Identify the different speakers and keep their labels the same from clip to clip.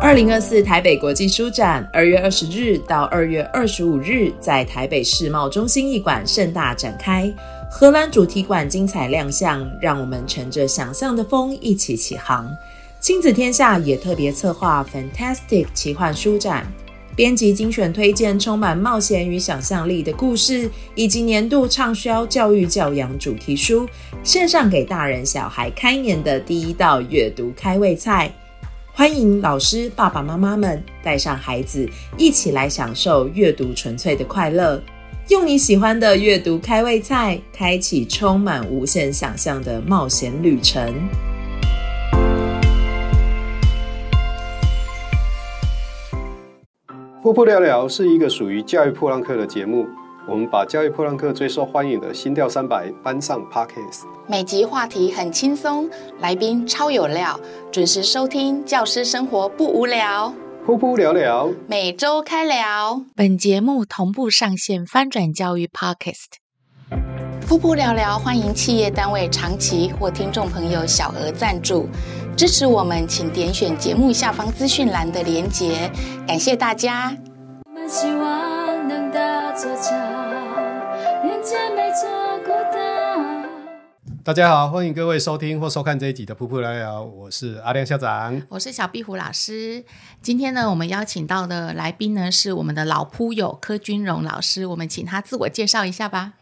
Speaker 1: 二零二四台北国际书展二月二十日到二月二十五日在台北世贸中心一馆盛大展开，荷兰主题馆精彩亮相，让我们乘着想象的风一起起航。亲子天下也特别策划 Fantastic 奇幻书展。编辑精选推荐充满冒险与想象力的故事，以及年度畅销教育教养主题书，献上给大人小孩开年的第一道阅读开胃菜。欢迎老师、爸爸妈妈们带上孩子一起来享受阅读纯粹的快乐，用你喜欢的阅读开胃菜，开启充满无限想象的冒险旅程。
Speaker 2: 噗噗聊聊是一个属于教育破浪客的节目，我们把教育破浪客最受欢迎的《新调三百》搬上 Podcast。
Speaker 3: 每集话题很轻松，来宾超有料，准时收听，教师生活不无聊。
Speaker 2: 噗噗聊聊，
Speaker 3: 每周开聊，
Speaker 4: 本节目同步上线翻转教育 Podcast。
Speaker 3: 夫妇聊聊，欢迎企业单位长期或听众朋友小额赞助支持我们，请点选节目下方资讯栏的连结，感谢大家。
Speaker 5: 我们希望能搭座桥，连接每座孤岛。
Speaker 2: 大家好，欢迎各位收听或收看这一集的《噗噗聊聊》，我是阿亮校长。
Speaker 4: 我是小壁虎老师。今天呢，我们邀请到的来宾呢是我们的老扑友柯君荣老师，我们请他自我介绍一下吧。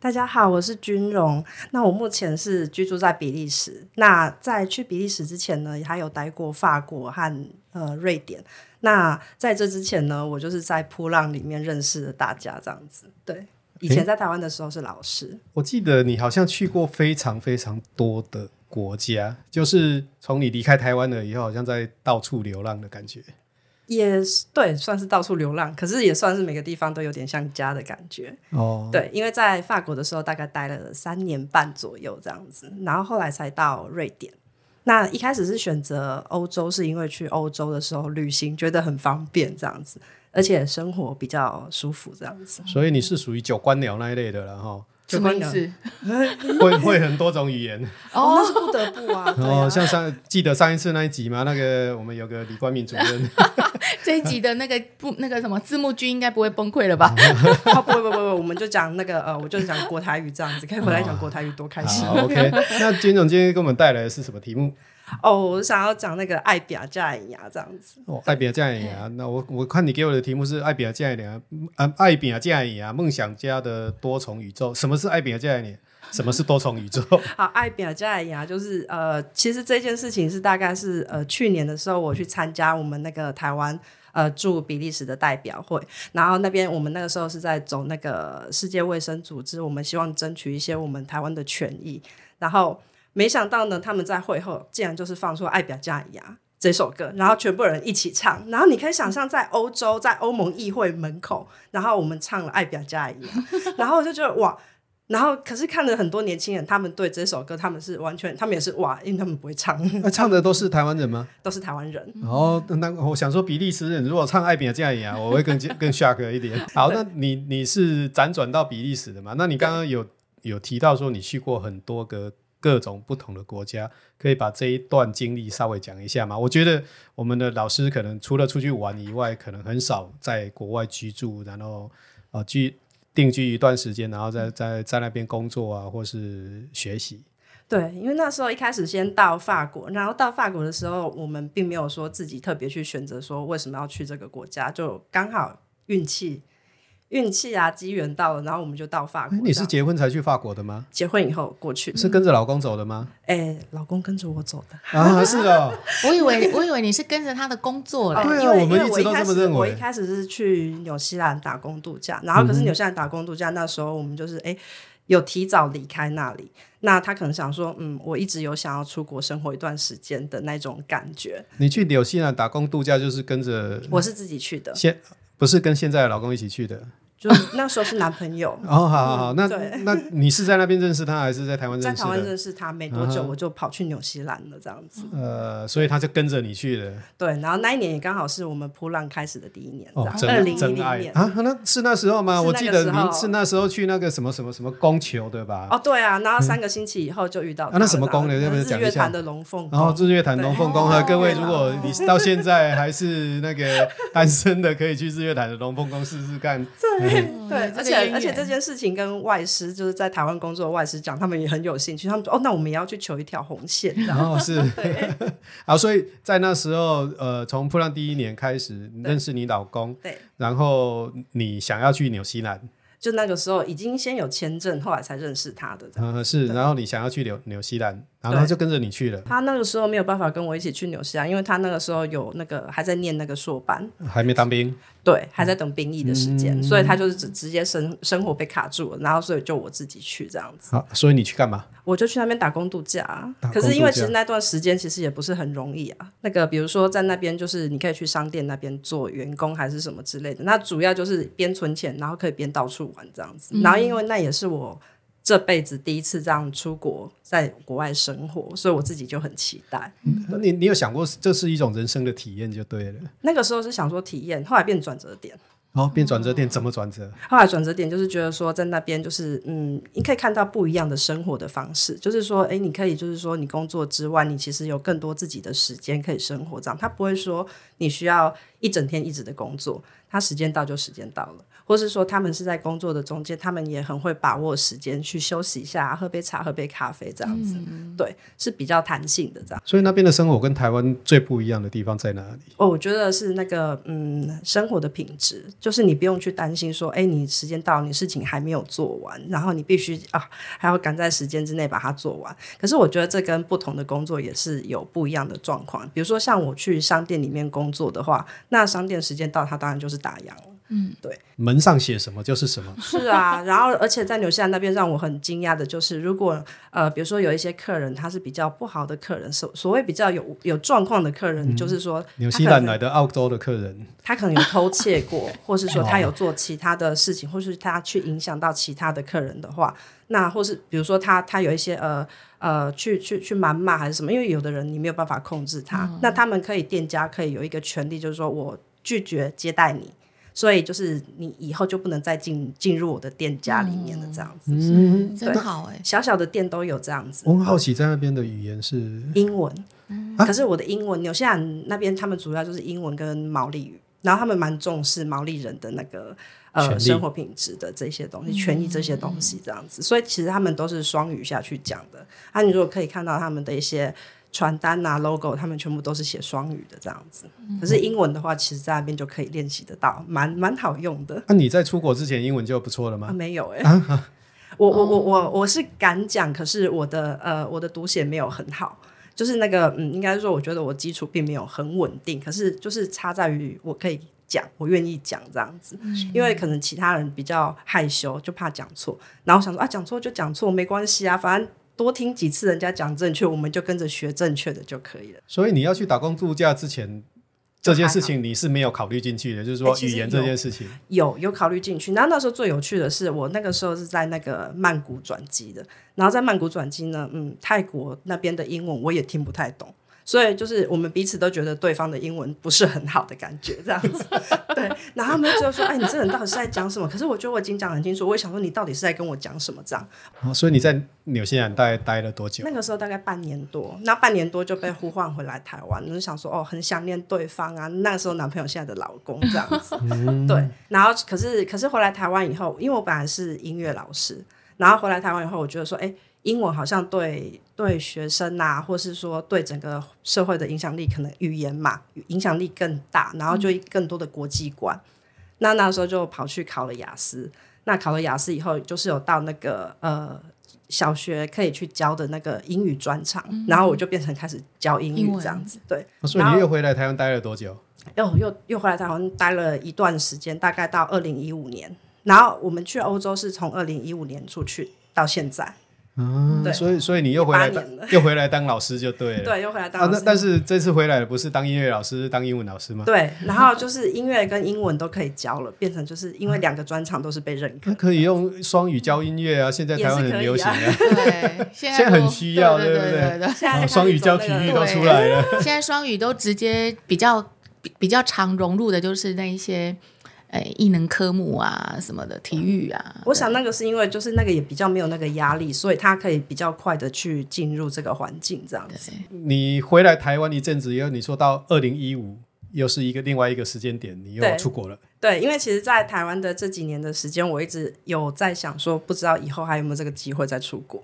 Speaker 6: 大家好，我是君荣。那我目前是居住在比利时。那在去比利时之前呢，还有待过法国和呃瑞典。那在这之前呢，我就是在扑浪里面认识的大家，这样子。对，以前在台湾的时候是老师，
Speaker 2: 我记得你好像去过非常非常多的国家，就是从你离开台湾了以后，好像在到处流浪的感觉。
Speaker 6: 也是对，算是到处流浪，可是也算是每个地方都有点像家的感觉。
Speaker 2: 哦，
Speaker 6: 对，因为在法国的时候大概待了三年半左右这样子，然后后来才到瑞典。那一开始是选择欧洲，是因为去欧洲的时候旅行觉得很方便这样子，而且生活比较舒服这样子。
Speaker 2: 所以你是属于九官鸟那一类的了哈，
Speaker 6: 就
Speaker 4: 什么意思？
Speaker 2: 会会很多种语言。
Speaker 6: 哦，那是不得不啊，对
Speaker 2: 哦，
Speaker 6: 啊，
Speaker 2: 像上记得上一次那一集嘛，那个我们有个李冠明主任，
Speaker 4: 这一集的那个不那个什么字幕君应该不会崩溃了吧？
Speaker 6: 哦不不不不，我们就讲那个呃，我就是讲国台语这样子，可以回来讲国台语多开心
Speaker 2: 好 OK。那金总今天给我们带来的是什么题目？
Speaker 6: 哦！我想要讲那个爱表加牙这样子，
Speaker 2: 哦，爱比亚加尔牙。那我我看你给我的题目是爱比亚加尔牙，啊，爱比亚加尔牙，梦想家的多重宇宙。什么是爱比亚加尔牙？什么是多重宇宙？
Speaker 6: 好，爱表加牙就是呃，其实这件事情是大概是呃去年的时候，我去参加我们那个台湾呃驻比利时的代表会，然后那边我们那个时候是在走那个世界卫生组织，我们希望争取一些我们台湾的权益，然后没想到呢，他们在会后竟然就是放出《爱表加牙》这首歌，然后全部人一起唱，然后你可以想象在欧洲，在欧盟议会门口，然后我们唱了《爱表加牙》，然后我就觉得哇。然后，可是看了很多年轻人，他们对这首歌，他们是完全，他们也是哇，因为他们不会唱，
Speaker 2: 那哎唱的都是台湾人吗？
Speaker 6: 都是台湾人。
Speaker 2: 嗯然后那我想说，比利时人如果唱爱比亚加尔牙，啊我会更 更 shock 一点。好，那你你是辗转到比利时的嘛？那你刚刚有有提到说你去过很多个各种不同的国家，可以把这一段经历稍微讲一下吗？我觉得我们的老师可能除了出去玩以外，可能很少在国外居住，然后啊居定居一段时间，然后再在在那边工作啊，或是学习。
Speaker 6: 对，因为那时候一开始先到法国，然后到法国的时候，我们并没有说自己特别去选择说为什么要去这个国家，就刚好运气、运气啊机缘到了，然后我们就到法国这
Speaker 2: 哎
Speaker 6: 样。
Speaker 2: 你是结婚才去法国的吗？
Speaker 6: 结婚以后过去？
Speaker 2: 是跟着老公走的吗？
Speaker 6: 哎，老公跟着我走的。
Speaker 2: 啊，是的。
Speaker 4: 我以为我以为你是跟着他的工作嘞。
Speaker 2: 对啊
Speaker 6: 因为
Speaker 2: 我们
Speaker 6: 因为
Speaker 2: 一直
Speaker 6: 我一
Speaker 2: 都
Speaker 6: 开
Speaker 2: 这么
Speaker 6: 始
Speaker 2: 认为嗯
Speaker 6: 我一开始是去纽西兰打工度假，然后可是纽西兰打工度假那时候我们就是哎、诶有提早离开那里，那他可能想说，嗯，我一直有想要出国生活一段时间的那种感觉。
Speaker 2: 你去纽西兰打工度假就是跟着
Speaker 6: 我是自己去的，
Speaker 2: 现不是跟现在的老公一起去的，
Speaker 6: 就那时候是男朋友
Speaker 2: 哦，好好好，那
Speaker 6: 对
Speaker 2: 那你是在那边认识他，还是在台湾
Speaker 6: 在
Speaker 2: 认识
Speaker 6: 台湾认
Speaker 2: 的？啊
Speaker 6: 识他没多久，我就跑去纽西兰了，这样子。
Speaker 2: 呃，所以他就跟着你去了。
Speaker 6: 对，然后那一年也刚好是我们扑浪开始的第一年，
Speaker 2: 哦，真
Speaker 6: 这样二零一
Speaker 2: 真
Speaker 6: 零
Speaker 2: 爱
Speaker 6: 年。
Speaker 2: 啊！那是那时候吗？
Speaker 6: 是
Speaker 2: 我
Speaker 6: 那
Speaker 2: 记
Speaker 6: 个
Speaker 2: 得
Speaker 6: 时
Speaker 2: 您
Speaker 6: 候
Speaker 2: 是那时候去那个什么什么什么宫球对吧？
Speaker 6: 哦，对啊，然后三个星期以后就遇到
Speaker 2: 嗯啊
Speaker 6: 他了
Speaker 2: 那什么宫呢
Speaker 6: 然后
Speaker 2: 要不要
Speaker 6: 日
Speaker 2: 讲一
Speaker 6: 月
Speaker 2: 下哦
Speaker 6: 潭的龙凤宫，
Speaker 2: 然后日月潭
Speaker 6: 对
Speaker 2: 龙凤宫哈，
Speaker 6: 哦
Speaker 2: 各位
Speaker 6: 对
Speaker 2: 如
Speaker 6: 啦
Speaker 2: 果你到现在还是那个单身的，可以去日月潭的龙凤宫试试看。
Speaker 6: 对，而
Speaker 4: 哦这个渊
Speaker 6: 且
Speaker 4: 源
Speaker 6: 而且这件事情跟外师就是在台湾工作的外师讲，他们也很有兴趣，他们说哦，那我们也要去求一条红 线，这样
Speaker 2: 然后 是， 好，所以在那时候，呃，从破浪第一年开始认识你老公，
Speaker 6: 对，
Speaker 2: 然后你想要去纽西兰，
Speaker 6: 就那个时候已经先有签证，后来才认识他的这样。
Speaker 2: 嗯、是，然后你想要去纽纽西兰，然后他就跟着你去了，
Speaker 6: 他那个时候没有办法跟我一起去纽西兰，因为他那个时候有那个还在念那个硕班，
Speaker 2: 还没当兵，
Speaker 6: 对，还在等兵役的时间，所以他就是直直接生生活被卡住了，然后所以就我自己去这样子，
Speaker 2: 好，啊所以你去干嘛？
Speaker 6: 我就去那边打工度假啊。
Speaker 2: 打工
Speaker 6: 可是因为
Speaker 2: 度假
Speaker 6: 其实那段时间其实也不是很容易啊。那个比如说在那边就是你可以去商店那边做员工还是什么之类的，那主要就是边存钱，然后可以边到处玩这样子。然后因为那也是我。这辈子第一次这样出国，在国外生活，所以我自己就很期待。
Speaker 2: 你你有想过这是一种人生的体验就对了，
Speaker 6: 那个时候是想说体验，后来变转折点。
Speaker 2: 然后变转折点怎么转折？
Speaker 6: 后来转折点就是觉得说，在那边就是嗯，你可以看到不一样的生活的方式，就是说，哎，你可以就是说，你工作之外，你其实有更多自己的时间可以生活，这样他不会说你需要一整天一直的工作，他时间到就时间到了，或是说他们是在工作的中间，他们也很会把握时间去休息一下，喝杯茶，喝杯咖啡这样子，对，是比较弹性的这样。
Speaker 2: 所以那边的生活跟台湾最不一样的地方在哪里？
Speaker 6: 哦，我觉得是那个嗯，生活的品质，就是你不用去担心说，哎，你时间到，你事情还没有做完，然后你必须啊，还要赶在时间之内把它做完。可是我觉得这跟不同的工作也是有不一样的状况。比如说像我去商店里面工作的话，那商店时间到，它当然就是打烊了。
Speaker 2: 门上写什么就是什 么。
Speaker 6: 是啊，然后而且在纽西兰那边让我很惊讶的就是，如果呃，比如说有一些客人他是比较不好的客人，所所谓比较有有状况的客人，就是说
Speaker 2: 嗯纽
Speaker 6: 他
Speaker 2: 西
Speaker 6: 可
Speaker 2: 兰
Speaker 6: 能
Speaker 2: 来的澳洲的客人，
Speaker 6: 他可能有偷窃过，或是说他有做其他的事情，或是他去影响到其他的客人的话，那或是比如说他他有一些呃呃去去去谩骂还是什么，因为有的人你没有办法控制他，那他们可以店家可以有一个权利，就是说我拒绝接待你。所以就是你以后就不能再进进入我的店家里面了，这样子，
Speaker 2: 嗯，
Speaker 4: 真好哎、
Speaker 6: 小小的店都有这样子。
Speaker 2: 我很好奇在那边的语言是
Speaker 6: 英文，
Speaker 2: 啊
Speaker 6: 可是我的英文，纽西兰那边他们主要就是英文跟毛利语，然后他们蛮重视毛利人的那个
Speaker 2: 权
Speaker 6: 呃
Speaker 2: 利嗯
Speaker 6: 生活品质的这些东西、权益这些东西这样子，所以其实他们都是双语下去讲的。啊，你如果可以看到他们的一些传单啊、logo，他们全部都是写双语的这样子。
Speaker 2: 嗯
Speaker 6: 可是英文的话，其实在那边就可以练习得到，蛮蛮好用的。
Speaker 2: 那、啊你在出国之前英文就不错了
Speaker 6: 啊，
Speaker 2: 吗？
Speaker 6: 没有哎、我我我我我是敢讲，可是我的呃我的读写没有很好，就是那个嗯，应该是说我觉得我基础并没有很稳定，可是就是差在于我可以讲，我愿意讲这样子，因为可能其他人比较害羞，就怕讲错，然后想说啊讲错就讲错没关系啊，反正多听几次人家讲正确，我们就跟着学正确的就可以了。
Speaker 2: 所以你要去打工度假之前，这件事情你是没有考虑进去的，就是
Speaker 6: 哎
Speaker 2: 说
Speaker 6: 其
Speaker 2: 语
Speaker 6: 实
Speaker 2: 言
Speaker 6: 有
Speaker 2: 这件事情。
Speaker 6: 有有考虑进去。然后那时候最有趣的是，我那个时候是在那个曼谷转机的，然后在曼谷转机呢，嗯，泰国那边的英文我也听不太懂。所以就是我们彼此都觉得对方的英文不是很好的感觉，这样子。 对，然后他们就说：“哎，你这人到底是在讲什么？”可是我觉得我已经讲得很清楚，我也想说你到底是在跟我讲什么这样。
Speaker 2: 哦所以你在纽西兰待待了多久？
Speaker 6: 那个时候大概半年多，那半年多就被呼唤回来台湾，我就想说哦，很想念对方啊。那时候男朋友现在的老公这样子，对。然后可是可是回来台湾以后，因为我本来是音乐老师，然后回来台湾以后，我觉得说，哎，英文好像对对学生呐、或是说对整个社会的影响力，可能语言嘛影响力更大，然后就更多的国际观。那那时候就跑去考了雅思。那考了雅思以后，就是有到那个呃小学可以去教的那个英语专场，然后我就变成开始教英
Speaker 4: 嗯英
Speaker 6: 语
Speaker 4: 文
Speaker 6: 这样子。对，
Speaker 2: 哦所以
Speaker 6: 然
Speaker 2: 你
Speaker 6: 后
Speaker 2: 又回来台湾待了多久？
Speaker 6: 又又又回来台湾待了一段时间，大概到二零一五年。然后我们去欧洲是从二零一五年出去到现在，
Speaker 2: 啊
Speaker 6: 对
Speaker 2: 所以所以你又回来
Speaker 6: 18年了
Speaker 2: 又回来当老师就对了。
Speaker 6: 对，又回来当
Speaker 2: 啊
Speaker 6: 老，
Speaker 2: 那
Speaker 6: 师
Speaker 2: 但是这次回来的不是当音乐老师，是当英文老师吗？
Speaker 6: 对，然后就是音乐跟英文都可以教了，变成就是因为两个专长都是被认可
Speaker 2: 那。可以用双语教音乐啊，嗯现在台湾很流行
Speaker 6: 也
Speaker 2: 啊，
Speaker 4: 对，现
Speaker 2: 现在很
Speaker 4: 都
Speaker 2: 需要
Speaker 4: 对
Speaker 2: 对不
Speaker 4: 对
Speaker 2: 对
Speaker 4: 对对
Speaker 6: 现在
Speaker 2: 啊
Speaker 6: 开始
Speaker 2: 双语
Speaker 6: 走
Speaker 2: 教
Speaker 6: 那
Speaker 2: 体
Speaker 6: 个
Speaker 2: 育
Speaker 4: 对
Speaker 2: 都出来了。
Speaker 4: 现在双语都直接比较比比较常融入的就是那一些呃异能科目啊什么的，体育啊。
Speaker 2: 嗯
Speaker 6: 我想那个是因为就是那个也比较没有那个压力，所以他可以比较快的去进入这个环境这样子。
Speaker 2: 你回来台湾一阵子以后，你说到二零一五又是一个另外一个时间点，你又
Speaker 6: 对
Speaker 2: 出国了。
Speaker 6: 对，因为其实，在台湾的这几年的时间，我一直有在想说，不知道以后还有没有这个机会再出国，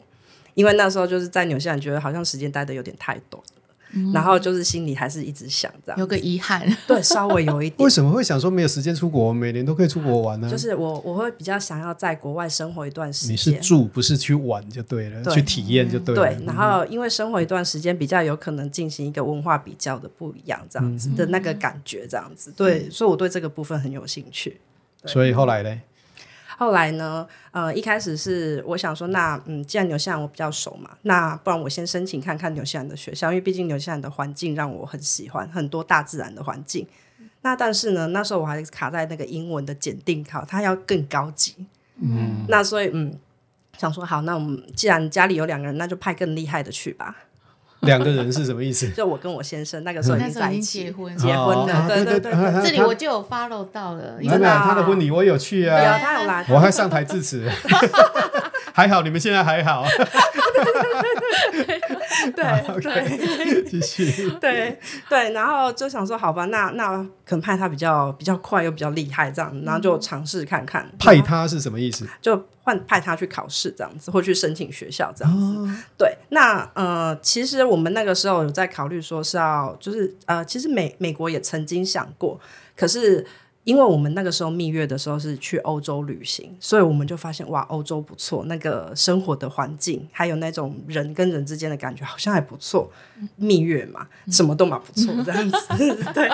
Speaker 6: 因为那时候就是在纽西兰，觉得好像时间待的有点太短了，
Speaker 2: 嗯
Speaker 6: 然后就是心里还是一直想这
Speaker 4: 有
Speaker 6: 样。
Speaker 4: 个遗憾，
Speaker 6: 对，稍微 有一点
Speaker 2: 为。什么会想说没有时间出国？每年都可以出国玩呢、
Speaker 6: 就是我我会比较想要在国外生活一段时
Speaker 2: 嗯你是
Speaker 6: 间。
Speaker 2: 住，不是去玩就对了，
Speaker 6: 对嗯
Speaker 2: 去体验就对了。
Speaker 6: 对，然
Speaker 2: 嗯
Speaker 6: 后因为生活一段时间，比较有可能进行一个文化比较的不一样，这
Speaker 2: 嗯
Speaker 6: 样子的那个感觉，这样子。对，所以我对这个部分很有兴趣。
Speaker 2: 所以后来呢？
Speaker 6: 后来呢，呃，一开始是我想说，那嗯，既然纽西兰我比较熟嘛，那不然我先申请看看纽西兰的学校，因为毕竟纽西兰的环境让我很喜欢，很多大自然的环境。那但是呢，那时候我还卡在那个英文的检定考，它要更高级。嗯，那所以嗯，想说好，那我们既然家里有两个人，那就派更厉害的去吧。？
Speaker 2: 两个人是什么意思
Speaker 6: 就我跟我先生那个时候已
Speaker 4: 那
Speaker 6: 经
Speaker 4: 时候
Speaker 6: 在
Speaker 4: 已
Speaker 6: 一
Speaker 4: 经
Speaker 6: 起
Speaker 4: 结，婚，
Speaker 6: 结婚
Speaker 2: 哦
Speaker 6: 了，对对对对。
Speaker 2: 啊
Speaker 4: 这里我就有 follow 到了，因
Speaker 2: 没有没
Speaker 4: 为
Speaker 6: 真
Speaker 2: 有
Speaker 6: 的啊
Speaker 2: 他的婚礼我有去
Speaker 6: 对
Speaker 2: 啊
Speaker 6: 啊，，他有来，
Speaker 2: 我还上台致辞， 还好你们现在还好。
Speaker 6: 对对
Speaker 2: 继续，
Speaker 6: 对对，然后就想说，好吧，那那可能派他比较比较快又比较厉害这样，然后就尝试看看，
Speaker 2: 嗯派他是什么意思？
Speaker 6: 就换派他去考试这样子，或去申请学校这样
Speaker 2: 哦
Speaker 6: 子。对，那呃，其实我们那个时候有在考虑说是要，就是呃，其实美美国也曾经想过，可是。因为我们那个时候蜜月的时候是去欧洲旅行，所以我们就发现哇，欧洲不错，那个生活的环境，还有那种人跟人之间的感觉，好像还不错。蜜月嘛，什么都蛮不错这样子， 对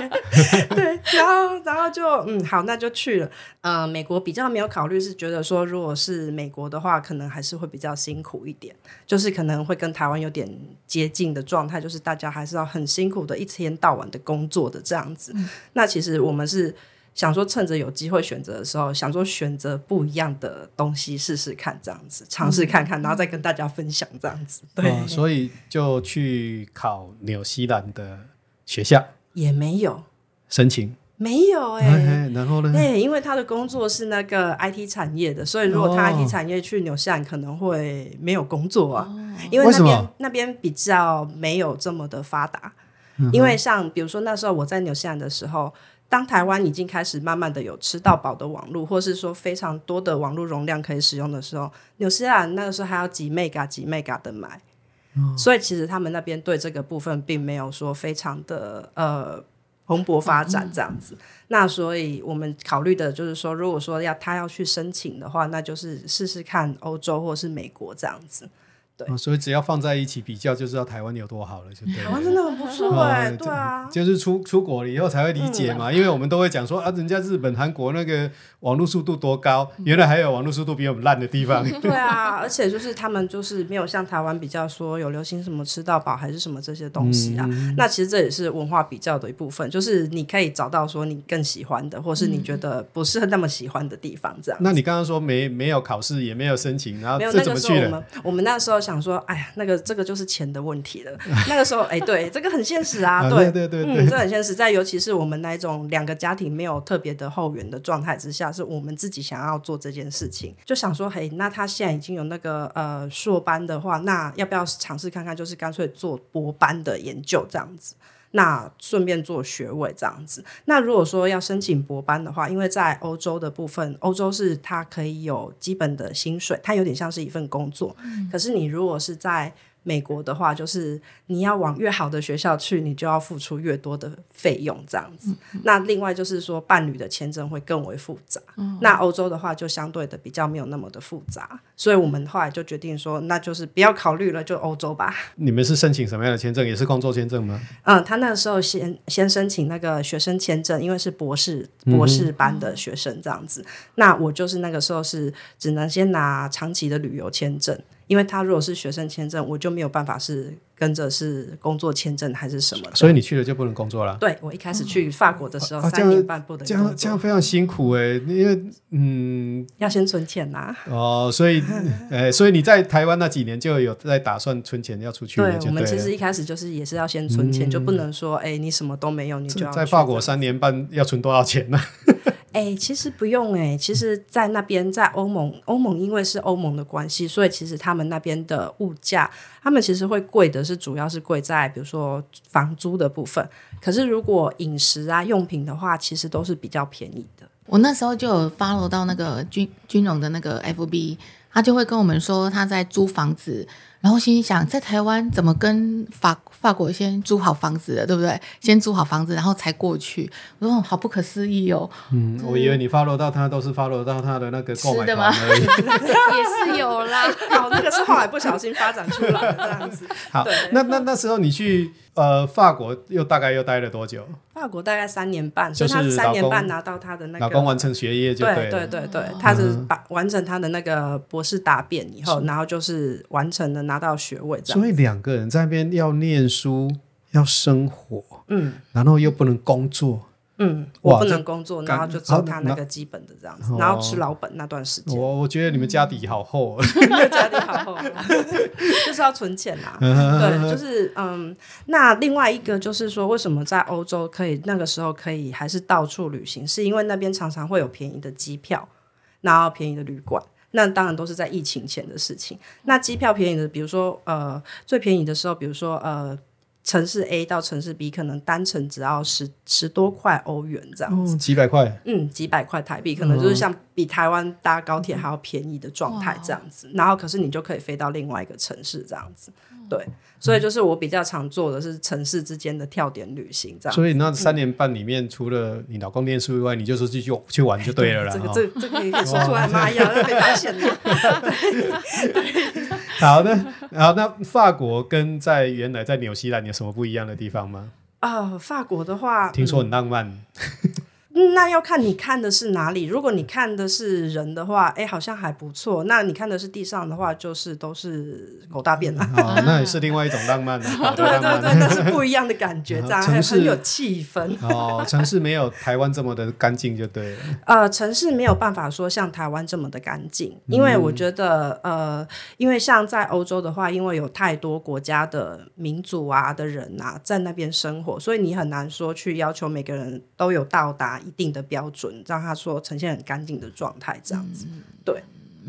Speaker 6: 对。然后然后就嗯，好，那就去了。呃，美国比较没有考虑，是觉得说，如果是美国的话，可能还是会比较辛苦一点，就是可能会跟台湾有点接近的状态，就是大家还是要很辛苦的，一天到晚的工作的这样子。那其实我们是想说，趁着有机会选择的时候，想说选择不一样的东西试试看，这样子尝试看看，然后再跟大家分享这样子。对，
Speaker 2: 哦所以就去考纽西兰的学校
Speaker 6: 也没有，
Speaker 2: 申请。
Speaker 6: 没有哎、
Speaker 2: 哎哎然后呢？
Speaker 6: 对，因为他的工作是那个 IT 产业的，所以如果他
Speaker 2: 哦
Speaker 6: IT 产业去纽西兰，可能会没有工作啊，因
Speaker 2: 为
Speaker 6: 那
Speaker 2: 什
Speaker 6: 边
Speaker 2: 么
Speaker 6: 那边比较没有这么的发达。
Speaker 2: 嗯
Speaker 6: 因为像比如说那时候我在纽西兰的时候，当台湾已经开始慢慢的有吃到饱的网络，或是说非常多的网络容量可以使用的时候，纽西兰那个时候还要几 mega 几 mega 的买。
Speaker 2: 哦
Speaker 6: 所以其实他们那边对这个部分并没有说非常的呃蓬勃发展
Speaker 2: 哦
Speaker 6: 这样子。那所以我们考虑的就是说，如果说要他要去申请的话，那就是试试看欧洲或是美国这样子。
Speaker 2: 哦所以只要放在一起比较，就知道台湾有多好了，就对了。
Speaker 6: 台湾真的很不错哎、
Speaker 2: 哦
Speaker 6: 对啊。嗯
Speaker 2: 就是出出国了以后才会理解嘛，因为我们都会讲说啊，人家日本、韩国那个网络速度多高，原来还有网络速度比我们烂的地方。
Speaker 6: 对啊，而且就是他们就是没有像台湾比较说有流行什么吃到饱还是什么这些东西啊。
Speaker 2: 嗯
Speaker 6: 那其实这也是文化比较的一部分，就是你可以找到说你更喜欢的，或是你觉得不是那么喜欢的地方这 样。
Speaker 2: 那你刚刚说没没有考试，也没有申请，然后
Speaker 6: 没有
Speaker 2: 啊这
Speaker 6: 那
Speaker 2: 怎么
Speaker 6: 个时候
Speaker 2: 去
Speaker 6: 我
Speaker 2: 的？
Speaker 6: 们我们那时候想说，哎呀，那个这个就是钱的问题了。那个时候，哎，对，这个很现实啊，
Speaker 2: 啊
Speaker 6: 对
Speaker 2: 对对对
Speaker 6: 嗯，这很现实。在尤其是我们那一种两个家庭没有特别的后援的状态之下，是我们自己想要做这件事情，就想说，嘿，那他现在已经有那个呃硕班的话，那要不要尝试看看？就是干脆做博班的研究这样子。那顺便做学位这样子。那如果说要申请博班的话，因为在欧洲的部分，欧洲是它可以有基本的薪水，它有点像是一份工作。可是你如果是在美国的话，就是你要往越好的学校去，你就要付出越多的费用这样子。那另外就是说，伴侣的签证会更为复杂。那欧洲的话，就相对的比较没有那么的复杂，所以我们后来就决定说，那就是不要考虑了，就欧洲吧。
Speaker 2: 你们是申请什么样的签证？也是工作签证吗？
Speaker 6: 嗯，他那时候先先申请那个学生签证，因为是博士
Speaker 2: 嗯
Speaker 6: 博士班的学生这样子。那我就是那个时候是只能先拿长期的旅游签证，因为他如果是学生签证，我就没有办法是跟着是工作签证还是什么的。
Speaker 2: 所以你去了就不能工作了。
Speaker 6: 对我一开始去法国的时候，
Speaker 2: 啊这样
Speaker 6: 三年半不能
Speaker 2: 这
Speaker 6: 工
Speaker 2: 样这样
Speaker 6: 作，
Speaker 2: 非常辛苦哎、因为嗯
Speaker 6: 要先存钱呐、
Speaker 2: 哦，所 以呃，所以你在台湾那几年就有在打算存钱要出去了，
Speaker 6: 对，
Speaker 2: 就
Speaker 6: 我们
Speaker 2: 了嗯
Speaker 6: 其实一开始就是也是要先存钱，就不能说哎、你什么都没有，你就
Speaker 2: 在
Speaker 6: 要
Speaker 2: 在
Speaker 6: 去
Speaker 2: 法国三年半要存多少钱呢、
Speaker 6: 哎、其实不用哎、其实，在那边，在欧盟，欧盟因为是欧盟的关系，所以其实他们那边的物价，他们其实会贵的是，主要是贵在比如说房租的部分。可是如果饮食啊、用品的话，其实都是比较便宜的。
Speaker 4: 我那时候就有 follow 到那个军军容的那个 FB，他就会跟我们说他在租房子，然后心想在台湾怎么跟法法国先租好房子的，对不对？先租好房子，然后才过去。我说哦好不可思议哦，
Speaker 2: 嗯，我以为你 follow 到他都是 follow 到他的那个购买
Speaker 4: 吃的
Speaker 2: 团
Speaker 4: 吗
Speaker 2: 而已。
Speaker 4: 也是有啦。
Speaker 6: 哦，那个是后来不小心发展出来的这样子。
Speaker 2: 好，那那那时候你去呃法国又大概又待了多久？
Speaker 6: 法国大概三年半，
Speaker 2: 就是
Speaker 6: 所以他三
Speaker 2: 老
Speaker 6: 年
Speaker 2: 公
Speaker 6: 半拿到他的那个
Speaker 2: 老公完成学业就
Speaker 6: 对
Speaker 2: 了。嗯
Speaker 6: 对对对，他是把完成他的那个博士答辩以后，然后就是完成了拿到学位这样。
Speaker 2: 所以两个人在那边要念书，要生活，
Speaker 6: 嗯，
Speaker 2: 然后又不能工作。
Speaker 6: 嗯，
Speaker 2: 哇
Speaker 6: 我不
Speaker 2: 这
Speaker 6: 能工作，
Speaker 2: 感
Speaker 6: 然后就只有
Speaker 2: 好
Speaker 6: 他
Speaker 2: 那
Speaker 6: 那个基本的这样子，然后吃老本那段时间，
Speaker 2: 我我觉得你们家底好厚、哦。
Speaker 6: 家里好 厚，就是要存钱 啦。对，就是嗯，那另外一个就是说，为什么在欧洲可以那个时候可以还是到处旅行，是因为那边常常会有便宜的机票，然后便宜的旅馆。那当然都是在疫情前的事情。那机票便宜的，比如说呃，最便宜的时候，比如说呃，城市 A 到城市 B 可能单程只要十十多块欧元这样子。
Speaker 2: 哦 几百块，
Speaker 6: 嗯，几百块台币，可能
Speaker 2: 嗯
Speaker 6: 就是像比台湾搭高铁还要便宜的状态这样子。然后，可是你就可以飞到另外一个城市这样子，
Speaker 2: 嗯
Speaker 6: 对。所以就是我比较常做的是城市之间的跳点旅行这样。
Speaker 2: 所以那三年半里面，除了你老公念书以外，你就是去去去玩就对了啦。
Speaker 6: 这个
Speaker 2: 哦
Speaker 6: 这个这个也可以说出来吗？哎呀，要被发现了。
Speaker 2: 好的，好，那法国跟在原来在纽西兰有什么不一样的地方吗？
Speaker 6: 啊，法国的话，
Speaker 2: 听说很浪漫，
Speaker 6: 嗯那要看你看的是哪里。如果你看的是人的话，哎，好像还不错。那你看的是地上的话，就是都是狗大便了。
Speaker 2: 哦，那也是另外一种浪漫啊，
Speaker 6: 对
Speaker 2: 浪
Speaker 6: 对
Speaker 2: 漫
Speaker 6: 对，那是不一样的感觉，这
Speaker 2: 嗯
Speaker 6: 样
Speaker 2: 城
Speaker 6: 很
Speaker 2: 市
Speaker 6: 很有气氛。
Speaker 2: 哦，城市没有台湾这么的干净就对了。
Speaker 6: 呃，城市没有办法说像台湾这么的干净，因为
Speaker 4: 嗯
Speaker 6: 我觉得，呃，因为像在欧洲的话，因为有太多国家的民族啊的人啊在那边生活，所以你很难说去要求每个人都有到达一定的标准，让他说呈现很干净的状态这样子。
Speaker 4: 嗯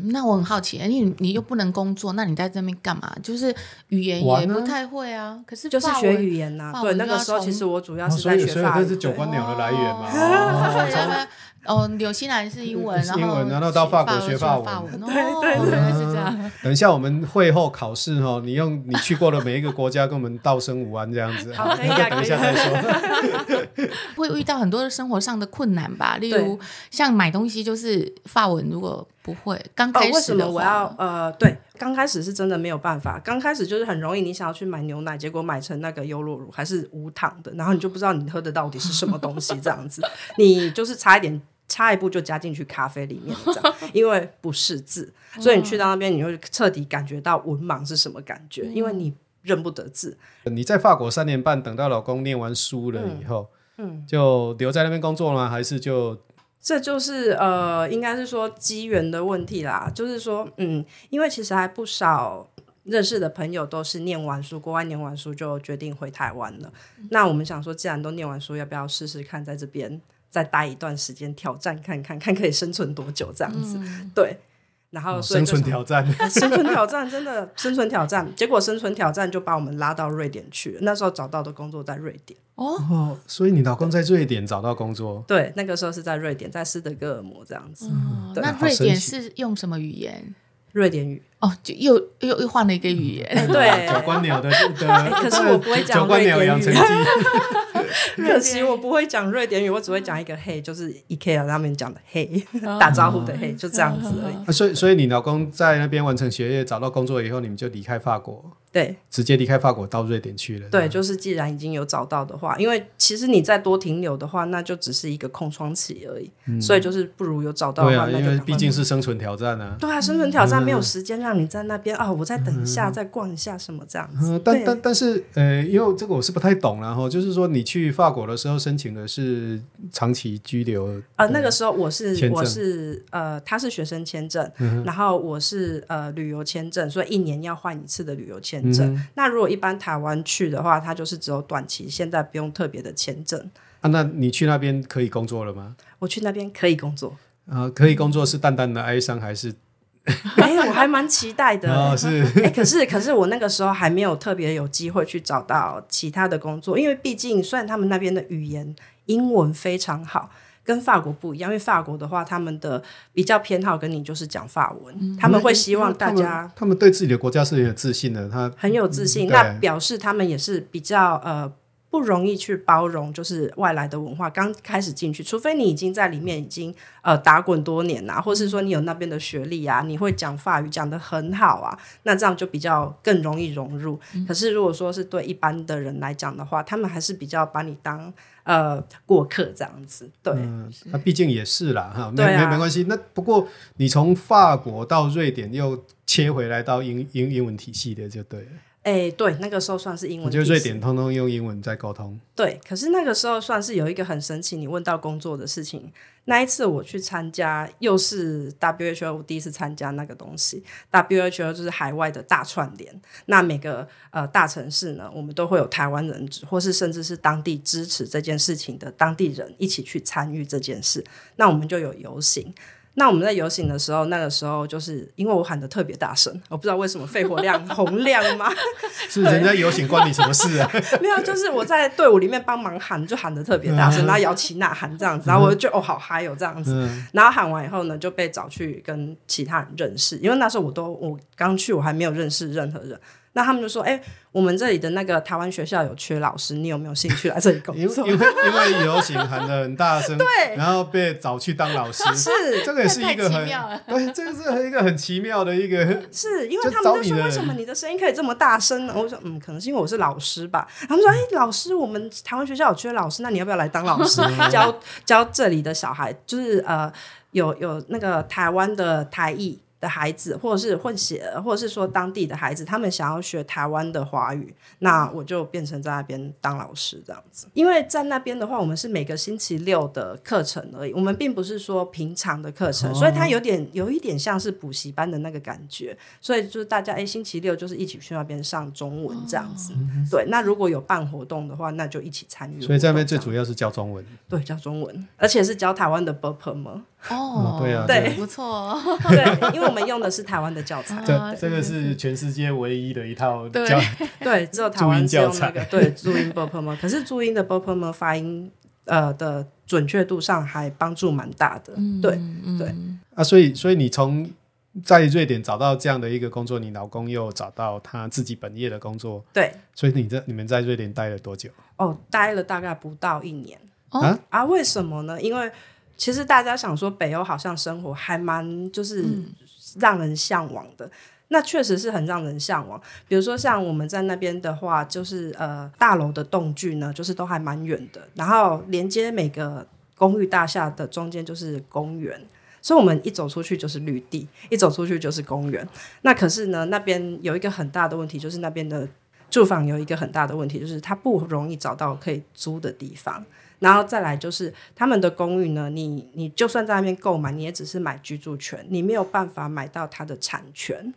Speaker 4: 那我很好奇，因为你你又不能工作，那你在这边干嘛？就是语言也
Speaker 2: 玩啊
Speaker 4: 不太会啊，可是
Speaker 6: 就是
Speaker 4: 法
Speaker 6: 学
Speaker 4: 文
Speaker 6: 语言呐、
Speaker 4: 法
Speaker 6: 对，
Speaker 4: 文
Speaker 6: 那
Speaker 4: 就
Speaker 6: 个
Speaker 4: 要
Speaker 6: 时候
Speaker 4: 从
Speaker 6: 其实我主要
Speaker 2: 哦
Speaker 6: 是
Speaker 2: 所
Speaker 6: 在
Speaker 2: 以
Speaker 6: 学
Speaker 2: 所以
Speaker 6: 法
Speaker 2: 这
Speaker 6: 语。
Speaker 2: 是九
Speaker 6: 对
Speaker 2: 官鸟的来源嘛？
Speaker 4: 哦
Speaker 2: 哦
Speaker 4: 所以他们哦，纽西兰是英 文，
Speaker 2: 是
Speaker 4: 然后
Speaker 2: 英文然后到法国学
Speaker 4: 法
Speaker 2: 法文
Speaker 4: 文， 哦，原来是这样。
Speaker 2: 等一下，我们会后考试哈，你用你去过的每一个国家跟我们道声午安这样子。
Speaker 6: 好
Speaker 2: 好
Speaker 6: 可以 啊
Speaker 2: 那就等一下再说。
Speaker 4: 会遇到很多的生活上的困难吧，例如像买东西，就是法文如果不会，刚
Speaker 6: 哦
Speaker 4: 开，
Speaker 6: 为
Speaker 4: 始
Speaker 6: 什
Speaker 4: 的
Speaker 6: 么我要
Speaker 4: 话，
Speaker 6: 呃，对，刚开始是真的没有办法，刚开始就是很容易，你想要去买牛奶，结果买成那个优酪乳还是无糖的，然后你就不知道你喝的到底是什么东西，这样子， 你就是差一点。差一步就加进去咖啡里面，这样，因为不识 字，所以你
Speaker 4: 嗯
Speaker 6: 去到那边，你会彻底感觉到文盲是什么感觉，因为你认不得字。
Speaker 2: 你在法国三年半，等到老公念完书了以后，嗯，就留在那边工作吗？还是就
Speaker 6: 这就是呃，应该是说机缘的问题啦。就是说，嗯，因为其实还不少认识的朋友都是念完书，国外念完书就决定回台湾了。
Speaker 4: 嗯
Speaker 6: 那我们想说，既然都念完书，要不要试试看在这边再待一段时间，挑战看看，看可以生存多久这样子？
Speaker 4: 嗯
Speaker 6: 对。然后
Speaker 2: 哦
Speaker 6: 所
Speaker 2: 生
Speaker 6: 以就想、
Speaker 2: 存挑战？
Speaker 6: 生存挑战真的生存挑战，结果生存挑战就把我们拉到瑞典去了。那时候找到的工作在瑞典，
Speaker 2: 哦，所以你老公在瑞典找到工作，
Speaker 6: 对，那个时候是在瑞典，在斯德哥尔摩这样子，啊
Speaker 4: 哦那
Speaker 2: 好
Speaker 4: 瑞
Speaker 2: 神
Speaker 4: 典
Speaker 2: 奇
Speaker 4: 是用什么语言？
Speaker 6: 瑞典语。
Speaker 4: 哦，就又又又换了一个语
Speaker 2: 嗯
Speaker 4: 言，
Speaker 6: 对，哎
Speaker 2: 九官 鸟的的，
Speaker 6: 可是我不会讲
Speaker 2: 九官鸟
Speaker 6: 瑞典语
Speaker 2: 养成记，
Speaker 6: 可惜我不会讲瑞典语，我只会讲一个 hey，就是 IKEA 他们讲的 hey，打 招呼的 hey，就这样子而已。
Speaker 2: 啊所以所以你老公在那边完成学业，找到工作以后，你们就离开法国，
Speaker 6: 对
Speaker 2: 直接离开法国到瑞典去了。
Speaker 6: 对，就是既然已经有找到的话，因为其实你再多停留的话，那就只是一个空窗期而已。所以就是不如有找到
Speaker 2: 嗯对
Speaker 6: 的话，
Speaker 2: 啊，
Speaker 6: 那
Speaker 2: 因
Speaker 6: 就
Speaker 2: 为
Speaker 6: 赶
Speaker 2: 毕
Speaker 6: 快
Speaker 2: 竟是生存挑战啊。
Speaker 6: 对啊，生存挑战没有时间让你在那边啊、我再等一下，再逛一下什么这样子。
Speaker 2: 嗯，但
Speaker 6: 对啊
Speaker 2: 但但是，呃，因为这个我是不太懂然后就是说你去法国的时候申请的是长期居留
Speaker 6: 呃，
Speaker 2: 的
Speaker 6: 那个时候我是
Speaker 2: 签
Speaker 6: 我
Speaker 2: 证嗯
Speaker 6: 是呃，他是学生签证，然后我是呃旅游签证，所以一年要换一次的旅游签
Speaker 2: 嗯
Speaker 6: 证。那如果一般台湾去的话，它就是只有短期，现在不用特别的签证。
Speaker 2: 啊，那你去那边可以工作了吗？
Speaker 6: 我去那边可以工作，
Speaker 2: 啊，可以工作是淡淡的哀伤还是
Speaker 6: 哎、我还蛮期待的。
Speaker 2: 啊是
Speaker 6: 哎、可是可是我那个时候还没有特别有机会去找到其他的工作，因为毕竟虽然他们那边的语言英文非常好，跟法国不一样，因为法国的话他们的比较偏好跟你就是讲法文，他们会希望大
Speaker 2: 他
Speaker 6: 家
Speaker 2: 们他们对自己的国家是很有自信的，他
Speaker 6: 很有自信，
Speaker 2: 嗯
Speaker 6: 那
Speaker 2: 对
Speaker 6: 表示他们也是比较呃。不容易去包容，就是外来的文化。刚开始进去，除非你已经在里面已经呃打滚多年啊，或是说你有那边的学历啊，你会讲法语讲得很好啊，那这样就比较更容易融入。可是如果说是对一般的人来讲的话，他们还是比较把你当呃过客这样子。对，
Speaker 2: 嗯，那毕竟也是啦，哈，没
Speaker 6: 对啊
Speaker 2: 没没关系。那不过你从法国到瑞典又切回来到英英英文体系的就对了，
Speaker 6: 哎、对，那个时候算是英文
Speaker 2: 我
Speaker 6: 第
Speaker 2: 觉
Speaker 6: 四。
Speaker 2: 得瑞典通通用英文在沟通。
Speaker 6: 对，可是那个时候算是有一个很神奇，你问到工作的事情。那一次我去参加，又是 WHO 我第一次参加那个东西。WHO 就是海外的大串联，那每个呃大城市呢，我们都会有台湾人，或是甚至是当地支持这件事情的当地人一起去参与这件事。那我们就有游行。那我们在游行的时候，那个时候就是因为我喊的特别大声，我不知道为什么肺活量 洪亮吗？
Speaker 2: 是人家游行关你什么事啊？
Speaker 6: 没有，就是我在队伍里面帮忙喊，就喊的特别大
Speaker 2: 嗯
Speaker 6: 声，然后摇旗呐喊这样子，然后我就觉得哦好嗨哦这样子，
Speaker 2: 嗯
Speaker 6: 然后喊完以后呢，就被找去跟其他人认识，因为那时候我都我刚去，我还没有认识任何人。那他们就说：“哎、我们这里的那个台湾学校有缺老师，你有没有兴趣来这里工
Speaker 2: 因为
Speaker 6: 作
Speaker 2: 因为因为游行喊得很大声，对，然后被找去当老师，
Speaker 6: 是
Speaker 2: 这个也是一个
Speaker 4: 太
Speaker 2: 很
Speaker 4: 奇妙了
Speaker 2: 对，这个是一个很奇妙的一个？”
Speaker 6: 是因为
Speaker 2: 就
Speaker 6: 他
Speaker 2: 找
Speaker 6: 们
Speaker 2: 你
Speaker 6: 就说：“
Speaker 2: 的
Speaker 6: 为什么你的声音可以这么大声呢？”我说：“嗯，可能是因为我是老师吧。”他们说：“哎、老师，我们台湾学校有缺老师，那你要不要来当老师，教教这里的小孩？就是呃，有有那个台湾的台裔的孩子，或者是混血儿，或者是说当地的孩子，他们想要学台湾的华语，那我就变成在那边当老师这样子。因为在那边的话，我们是每个星期六的课程而已，我们并不是说平常的课程，所以
Speaker 2: 哦
Speaker 6: 它有点有一点像是补习班的那个感觉。所以就是大家哎、诶星期六就是一起去那边上中文这样子。对，那如果有办活动的话，那就一起参与活动
Speaker 2: 嗯
Speaker 6: 这样。
Speaker 2: 所以在那边 最主要是教中文。
Speaker 6: 对教中文，而且是教台湾的 b u r p l e 吗？
Speaker 4: 哦
Speaker 2: 嗯，对啊
Speaker 6: 对
Speaker 4: 不错哦，
Speaker 6: 对，因为我们用的是台湾的教材。
Speaker 4: 啊
Speaker 2: 这这个是全世界唯一的一套
Speaker 4: 对
Speaker 2: 教，
Speaker 6: 对，只有台湾是用那个对注音 b o p m 可是注音的 b o p m 发音呃的准确度上还帮助蛮大的。对，对
Speaker 2: 啊，所以所以你从在瑞典找到这样的一个工作，你老公又找到他自己本业的工作，
Speaker 6: 对，
Speaker 2: 所以你在你们在瑞典待了多久？
Speaker 6: 哦，待了大概不到一年。
Speaker 4: 哦
Speaker 2: 啊
Speaker 6: 啊，为什么呢？因为其实大家想说北欧好像生活还蛮就是让人向往的。那确实是很让人向往，比如说像我们在那边的话，就是呃大楼的栋距呢，就是都还蛮远的，然后连接每个公寓大厦的中间就是公园，所以我们一走出去就是绿地，一走出去就是公园。那可是呢，那边有一个很大的问题，就是那边的住房有一个很大的问题，就是它不容易找到可以租的地方。然后再来就是他们的公寓呢，你你就算在那边购买，你也只是买居住权，你没有办法买到它的产权。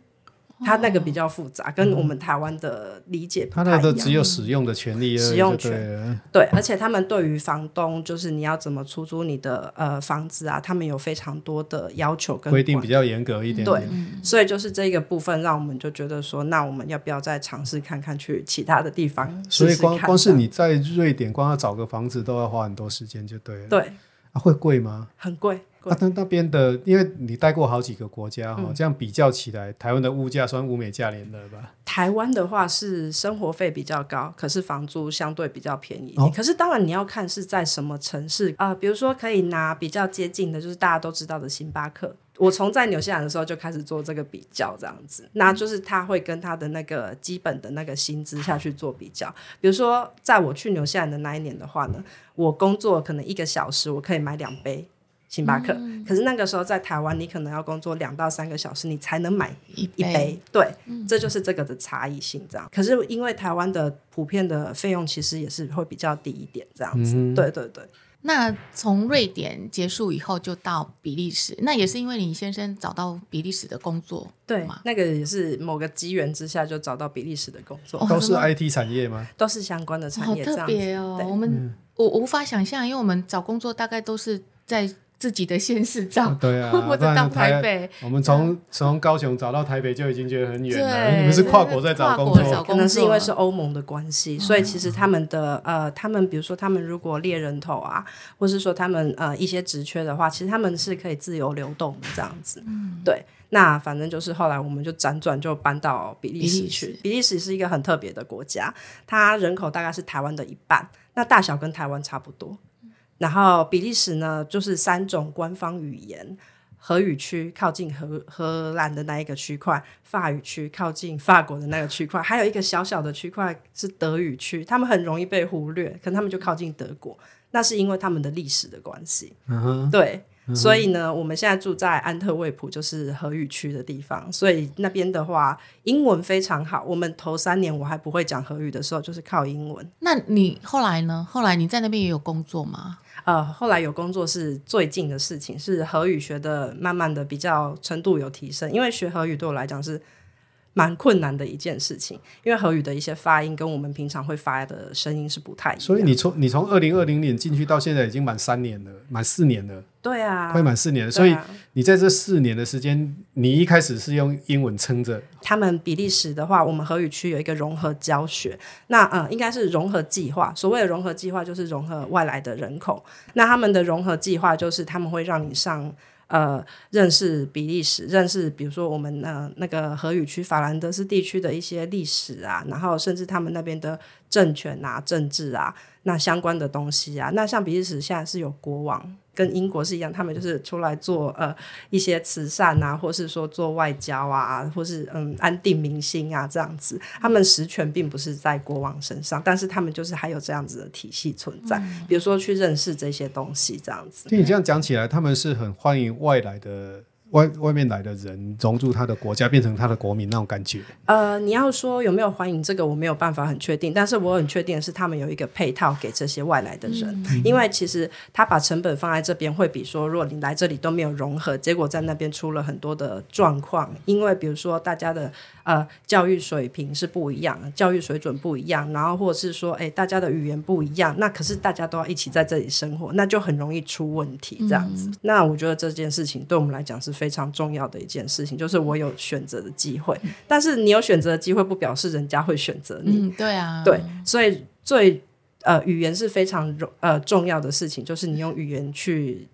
Speaker 6: 它那个比较复杂，跟我们台湾的理解不
Speaker 2: 他
Speaker 6: 太一样。
Speaker 2: 哦那个只有使用的权利而已，
Speaker 6: 使用权
Speaker 2: 就对了
Speaker 6: 对，而且他们对于房东，就是你要怎么出租你的呃房子啊，他们有非常多的要求跟
Speaker 2: 规定
Speaker 6: 管
Speaker 2: 比较严格一点
Speaker 6: 对
Speaker 2: 点。，
Speaker 6: 所以就是这个部分，让我们就觉得说，那我们要不要再尝试看看去其他的地方
Speaker 2: 所以
Speaker 6: 试试
Speaker 2: 光
Speaker 6: 看
Speaker 2: 光是
Speaker 6: 这样
Speaker 2: 你在瑞典，光要找个房子都要花很多时间，就对了。
Speaker 6: 对
Speaker 2: 啊，会贵吗？
Speaker 6: 很贵，贵嗯
Speaker 2: 那。那那边的，因为你待过好几个国家哈、这样比较起来，台湾的物价算物美价廉的吧？
Speaker 6: 台湾的话是生活费比较高，可是房租相对比较便宜。
Speaker 2: 哦
Speaker 6: 可是当然你要看是在什么城市啊、呃比如说可以拿比较接近的，就是大家都知道的星巴克。我从在纽西兰的时候就开始做这个比较，这样子，那就是他会跟他的那个基本的那个薪资下去做比较。比如说，在我去纽西兰的那一年的话呢，我工作可能一个小时，我可以买两杯星巴克。可是那个时候在台湾，你可能要工作两到三个小时，你才能买
Speaker 4: 一
Speaker 6: 一杯，对，
Speaker 4: 嗯
Speaker 6: 这就是这个的差异性这样。可是因为台湾的普遍的费用其实也是会比较低一点这样子，对对对，
Speaker 4: 那从瑞典结束以后就到比利时，那也是因为你先生找到比利时的工作吗？
Speaker 6: 那个也是某个机缘之下就找到比利时的工作，
Speaker 4: 哦
Speaker 2: 都是
Speaker 4: 真的
Speaker 2: IT 产业吗？
Speaker 6: 都是相关的产
Speaker 4: 好
Speaker 6: 业这
Speaker 4: 特
Speaker 6: 样子。
Speaker 4: 别哦！
Speaker 6: 对
Speaker 4: 我们
Speaker 2: 嗯
Speaker 4: 我我无法想象，因为我们找工作大概都是在自己的县市找，
Speaker 6: 哦
Speaker 2: 对 啊，
Speaker 4: 或
Speaker 2: 不
Speaker 4: 者
Speaker 2: 然
Speaker 4: 到
Speaker 2: 台
Speaker 4: 台北，
Speaker 2: 我们从从高雄找到台北就已经觉得很远了，
Speaker 4: 对
Speaker 2: 你们是跨国在找工
Speaker 4: 跨国找
Speaker 2: 作
Speaker 4: 工，哦
Speaker 6: 可能是因为是欧盟的关系，所以其实他们的呃，他们比如说他们如果猎人头啊，或是说他们呃一些职缺的话，其实他们是可以自由流动的这样子。对，那反正就是后来我们就辗转就搬到比利时去。
Speaker 4: 比利时
Speaker 6: 比利时是一个很特别的国家，它人口大概是台湾的一半，那大小跟台湾差不多。然后比利时呢，就是三种官方语言。荷语区靠近荷荷兰的那一个区块，法语区靠近法国的那个区块，还有一个小小的区块是德语区，他们很容易被忽略，可能他们就靠近德国，那是因为他们的历史的关系。
Speaker 2: 嗯哼，
Speaker 6: 对，所以呢，我们现在住在安特卫普，就是荷语区的地方，所以那边的话，英文非常好。我们头三年我还不会讲荷语的时候，就是靠英文。
Speaker 4: 那你后来呢？后来你在那边也有工作吗？
Speaker 6: 呃，后来有工作是最近的事情，是荷语学的，慢慢的比较程度有提升，因为学荷语对我来讲是。蛮困难的一件事情，因为荷语的一些发音跟我们平常会发的声音是不太一样。
Speaker 2: 所以你从你从二零二零年进去到现在已经满三年了，满四年了，
Speaker 6: 对啊，
Speaker 2: 快满四年了。
Speaker 6: 对
Speaker 2: 所以
Speaker 6: 啊
Speaker 2: 你在这四年的时间，你一开始是用英文撑着，
Speaker 6: 他们比利时的话，我们荷语区有一个融合教学，那呃应该是融合计划。所谓的融合计划就是融合外来的人口。那他们的融合计划就是他们会让你上呃认识比利时，认识比如说我们呃那个荷语区法兰德斯地区的一些历史啊，然后甚至他们那边的政权啊、政治啊，那相关的东西啊。那像比利时现在是有国王。跟英国是一样，他们就是出来做呃一些慈善啊，或是说做外交啊，或是嗯安定民心啊这样子。他们实权并不是在国王身上，但是他们就是还有这样子的体系存在，比如说去认识这些东西这样子。
Speaker 2: 听你这样讲起来，他们是很欢迎外来的外外面来的人融入他的国家，变成他的国民那种感觉。
Speaker 6: 呃，你要说有没有欢迎这个，我没有办法很确定，但是我很确定的是他们有一个配套给这些外来的人，因为其实他把成本放在这边，会比说如果你来这里都没有融合，结果在那边出了很多的状况，因为比如说大家的呃教育水平是不一样，教育水准不一样，然后或者是说哎大家的语言不一样，那可是大家都要一起在这里生活，那就很容易出问题这样子。那我觉得这件事情对我们来讲是非常重要的一件事情，就是我有选择的机会。但是你有选择的机会，不表示人家会选择你。
Speaker 4: 嗯，对啊，
Speaker 6: 对，所以最呃，语言是非常容呃重要的事情，就是你用语言去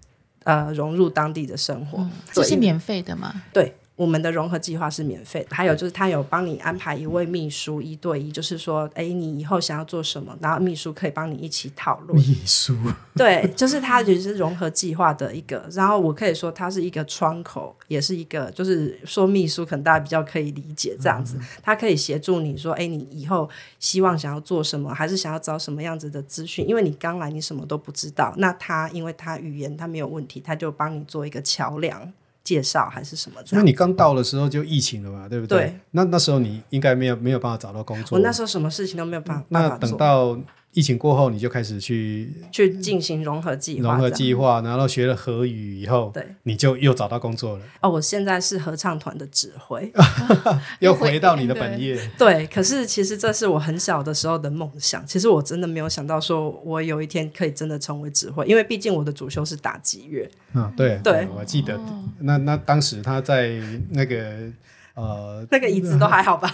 Speaker 6: 呃融入当地的生活。
Speaker 4: 这
Speaker 6: 对
Speaker 4: 嗯是免费的嘛？
Speaker 6: 对，我们的融合计划是免费的，还有就是他有帮你安排一位秘书一对一，就是说，哎，你以后想要做什么，然后秘书可以帮你一起讨论。
Speaker 2: 秘书，
Speaker 6: 对，就是它其实是融合计划的一个，然后我可以说它是一个窗口，也是一个，就是说秘书可能大家比较可以理解这样子，它可以协助你说，哎，你以后希望想要做什么，还是想要找什么样子的资讯，因为你刚来你什么都不知道，那他因为他语言他没有问题，他就帮你做一个桥梁介绍还是什么这
Speaker 2: 那
Speaker 6: 样。
Speaker 2: 你刚到的时候就疫情了嘛，对不对？
Speaker 6: 对
Speaker 2: 那那时候你应该没有没有办法找到工作。
Speaker 6: 我那时候什么事情都没有办办
Speaker 2: 嗯那
Speaker 6: 法
Speaker 2: 等
Speaker 6: 做，
Speaker 2: 到疫情过后，你就开始去
Speaker 6: 去进行融合计划这
Speaker 2: 融
Speaker 6: 样。
Speaker 2: 合计划，然后学了荷语以后，
Speaker 6: 对
Speaker 2: 你就又找到工作 了，
Speaker 6: 哦，我现在是合唱团的指挥。
Speaker 2: 又
Speaker 4: 又
Speaker 2: 回
Speaker 4: 回
Speaker 2: 到你的
Speaker 4: 对
Speaker 2: 本业。
Speaker 6: 对，可是其实这是我很小的时候的梦想。其实我真的没有想到，说我有一天可以真的成为指挥，因为毕竟我的主修是打击乐。
Speaker 2: 嗯，对
Speaker 6: 对
Speaker 2: 我记得。
Speaker 4: 哦
Speaker 2: 那那当时他在那个呃
Speaker 6: 那个椅子都还好吧？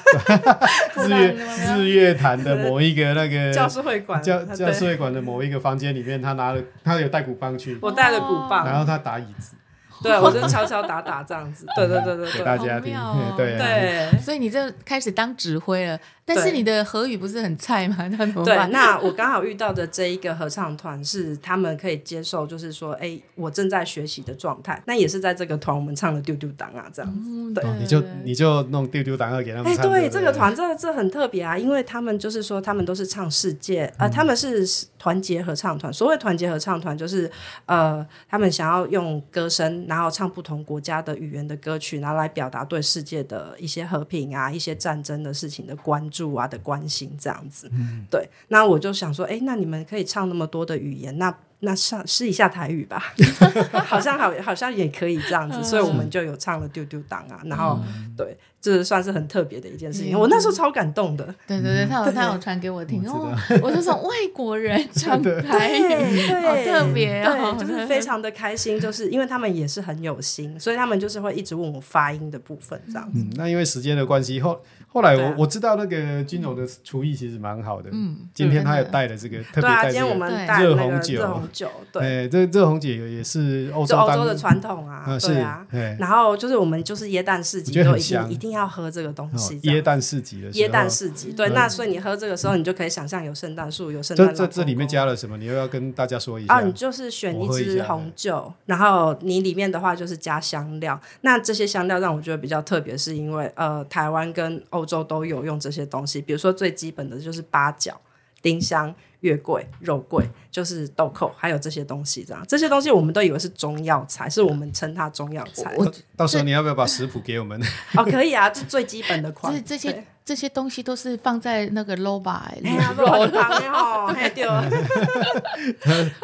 Speaker 2: 日月日月潭的某一个那个
Speaker 6: 教师会馆，
Speaker 2: 教
Speaker 6: 对
Speaker 2: 教师会馆的某一个房间里面，他拿了他有带鼓棒去，
Speaker 6: 我带了鼓棒，
Speaker 2: 然后他打椅子，
Speaker 6: 对我就敲敲打打这样子，对对对对
Speaker 2: 给
Speaker 6: 对
Speaker 2: 大家听，
Speaker 4: 好妙哦
Speaker 2: 对啊
Speaker 6: 对。
Speaker 4: 所以你这开始当指挥了，但是
Speaker 6: 对
Speaker 4: 你的和语不是很菜吗？ 那怎么
Speaker 6: 对，
Speaker 4: 办？
Speaker 6: 嗯那我刚好遇到的这一个合唱团是他们可以接受，就是说，哎、我正在学习的状态。那也是在这个团我们唱的丢丢档啊，这样子。对
Speaker 2: 哦，你就你就弄丢丢档案给他们
Speaker 6: 哎、
Speaker 2: 唱。
Speaker 6: 对
Speaker 2: 不
Speaker 6: 这个团，这这很特别啊，因为他们就是说，他们都是唱世界，
Speaker 2: 嗯
Speaker 6: 呃，他们是团结合唱团。所谓团结合唱团，就是呃，他们想要用歌声，然后唱不同国家的语言的歌曲，然后来表达对世界的一些和平啊、一些战争的事情的关注啊、的关心这样子。对，那我就想说，哎、那你们可以唱那么多的语言，那。那上试一下台语吧， 好像好好像也可以这样子，所以我
Speaker 2: 嗯
Speaker 6: 们就有唱了丢丢档啊，然后对，这算是很特别的一件事情。
Speaker 4: 嗯
Speaker 6: 我那时候超感动
Speaker 2: 嗯
Speaker 6: 的，
Speaker 4: 对对对，他有他有传给我听，
Speaker 2: 我
Speaker 4: 哦，我就说外国人唱台语，
Speaker 6: 对
Speaker 4: 好特别哦，
Speaker 6: 对，就是非常的开心，就是因为他们也是很有心，所以他们就是会一直问我发音的部分这样子。
Speaker 2: 嗯，那因为时间的关系，后后来我、
Speaker 6: 对啊
Speaker 2: 我知道那个金融的厨艺其实蛮好的。嗯，今天他也带了这个，特别
Speaker 6: 对啊，
Speaker 2: 带
Speaker 6: 今
Speaker 2: 这
Speaker 6: 天我
Speaker 2: 个。
Speaker 6: 们
Speaker 4: 对
Speaker 6: 带那
Speaker 2: 热
Speaker 6: 个
Speaker 2: 红酒
Speaker 6: 热红酒，对，
Speaker 2: 哎，这这红姐也是欧洲
Speaker 6: 就欧
Speaker 2: 当
Speaker 6: 洲的传统啊
Speaker 2: 嗯，是
Speaker 6: 对啊
Speaker 2: 哎。
Speaker 6: 然后就是我们就是耶诞市
Speaker 2: 我
Speaker 6: 集
Speaker 2: 觉得
Speaker 6: 都
Speaker 2: 很
Speaker 6: 一定
Speaker 2: 香
Speaker 6: 一定要喝这个东
Speaker 2: 哦
Speaker 6: 西，这样
Speaker 2: 耶诞市集的时候
Speaker 6: 椰蛋市集，对，
Speaker 2: 嗯
Speaker 6: 那所以你喝这个时候，你就可以想象有圣诞树，有圣诞
Speaker 2: 这
Speaker 6: 老
Speaker 2: 这这里面
Speaker 6: 公公
Speaker 2: 加了什么？你又要跟大家说一下。
Speaker 6: 啊，你就是选
Speaker 2: 我
Speaker 6: 一
Speaker 2: 喝一
Speaker 6: 支
Speaker 2: 下嗯
Speaker 6: 红酒，然后你里面的话就是加香料。那这些香料让我觉得比较特别，是因为呃，台湾跟欧洲都有用这些东西，比如说最基本的就是八角、丁香、月桂、肉桂，就是豆蔻，还有这些东西这样。这些东西我们都以为是中药材，是我们称它中药材。
Speaker 2: 到到时候你要不要把食谱给我 们？
Speaker 6: 哦，可以啊，这最基本的款
Speaker 4: 这。这
Speaker 6: 对
Speaker 4: 些这些东西都是放在那个 loba
Speaker 6: 哎呀，肉 很棒哦，哎对哦，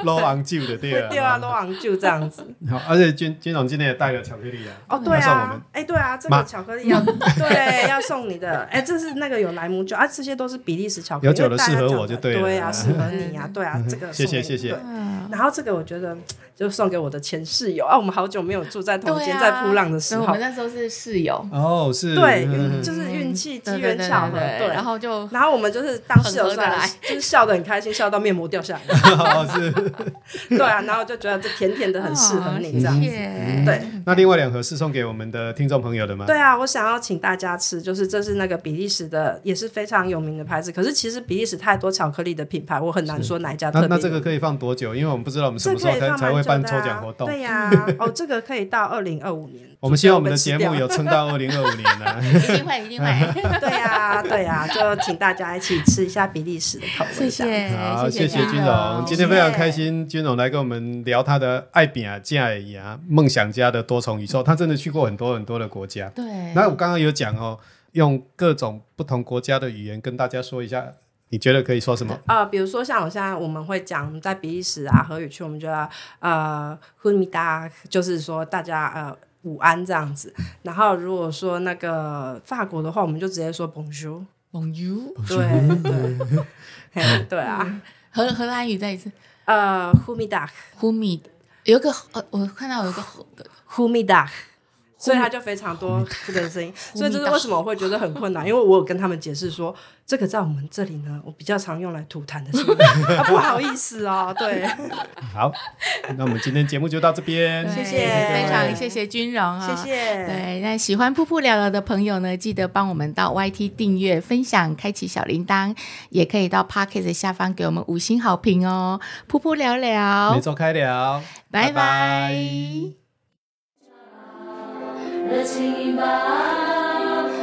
Speaker 2: 捞昂酒的对啊，
Speaker 6: 对啊，都昂就这样子。
Speaker 2: 好，而且君君总今天也带了巧克力啊。
Speaker 6: 哦，对
Speaker 2: 要送我们
Speaker 6: 啊，哎，对啊，这
Speaker 2: 妈
Speaker 6: 个巧克力要 对要送你的，哎，这是那个有莱姆酒啊，这些都是比利时巧克力，
Speaker 2: 有酒的
Speaker 6: 因为大家
Speaker 2: 适合
Speaker 6: 讲
Speaker 2: 我就
Speaker 6: 的
Speaker 2: 对
Speaker 6: 对
Speaker 2: 了嗯
Speaker 6: 啊，适合你啊，对啊，这个
Speaker 2: 谢谢
Speaker 6: 送给你
Speaker 2: 谢谢
Speaker 6: 对
Speaker 4: 嗯
Speaker 6: 然后这个我觉得就送给我的前室友啊，我们好久没有住在同一
Speaker 4: 对
Speaker 6: 间，
Speaker 4: 啊，
Speaker 6: 在扑浪的时
Speaker 4: 对我
Speaker 6: 候
Speaker 4: 们，那时候是室友，
Speaker 2: 哦，是
Speaker 6: 对，
Speaker 2: 嗯
Speaker 6: 运就是运气机
Speaker 4: 对嗯对
Speaker 6: 缘
Speaker 4: 对
Speaker 6: 巧合，
Speaker 4: 对
Speaker 6: 对，
Speaker 4: 然。后就
Speaker 6: 然后我们就是当室友
Speaker 4: 很合得
Speaker 6: 上
Speaker 4: 来，
Speaker 6: 就是笑得很开心，笑到面膜掉下来。
Speaker 2: 哦是。
Speaker 6: 对啊，然后就觉得这甜甜的很适合你这样
Speaker 4: 哦谢
Speaker 6: 子。
Speaker 4: 谢
Speaker 6: 对，
Speaker 2: 那另外两盒是送给我们的听众朋友的吗？
Speaker 6: 对啊，我想要请大家吃，就是这是那个比利时的，也是非常有名的牌子。可是其实比利时太多巧克力的品牌，我很难说哪一啊家特
Speaker 2: 那
Speaker 6: 别有名。
Speaker 2: 那这个可以放多久？因为我们不知道我们什
Speaker 6: 这
Speaker 2: 么时候
Speaker 6: 可以
Speaker 2: 才
Speaker 6: 放
Speaker 2: 才
Speaker 6: 蛮
Speaker 2: 会
Speaker 6: 久的啊
Speaker 2: 办抽奖活动。
Speaker 6: 对呀、哦，这个可以到二零二五年。
Speaker 2: 我们希望我们的节
Speaker 6: 主持人
Speaker 2: 目
Speaker 6: 会
Speaker 2: 有
Speaker 6: 被
Speaker 2: 撑 到二零二五年呢、啊。
Speaker 4: 一定会一定会，
Speaker 6: 吃掉。对呀、对呀、就请大家一起吃一下比利时的口味。
Speaker 4: 谢谢
Speaker 2: 好，谢啊
Speaker 4: 谢
Speaker 2: 君荣，
Speaker 4: 荣，
Speaker 2: 今天非常开心，君荣来跟我们聊他的爱饼啊、酱牙、梦想家的多重宇宙。他真的去过很多很多的国家。
Speaker 4: 对，
Speaker 2: 那我刚刚有讲哦，用各种不同国家的语言跟大家说一下，你觉得可以说什么？
Speaker 6: 呃，比如说像我现在我们会讲在比利时啊和语区，我们就要呃 h u m i d a 就是说大家呃午安这样子。然后如果说那个法国的话，我们就直接说 bonjour。
Speaker 4: Bonjour
Speaker 6: 对对 嘿，对啊，
Speaker 4: 荷荷兰语再一次
Speaker 6: 呃 h u m i d a
Speaker 4: h u m i 有一个呃，我看到有一个荷
Speaker 6: h u m i d a 所以它就非常多的声音，所以这是为什么我会觉得很困难，因为我有跟他们解释说，这个在我们这里呢，我比较常用来吐痰的声 音，啊不好意思哦，对，
Speaker 2: 好，那我们今天节目就到这 边，
Speaker 4: 对
Speaker 6: 谢谢
Speaker 4: 非常谢谢君荣
Speaker 6: 谢
Speaker 4: 啊，
Speaker 6: 谢，
Speaker 4: 对，那喜欢瀑布聊聊的朋友呢，记得帮我们到 YT 订阅、分享、开启小铃铛，也可以到 Pocket 下方给我们五星好评哦。瀑布聊聊
Speaker 2: 每，周开聊，
Speaker 4: 拜
Speaker 2: 拜
Speaker 4: 拜。
Speaker 5: 热情引爆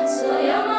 Speaker 5: 所有梦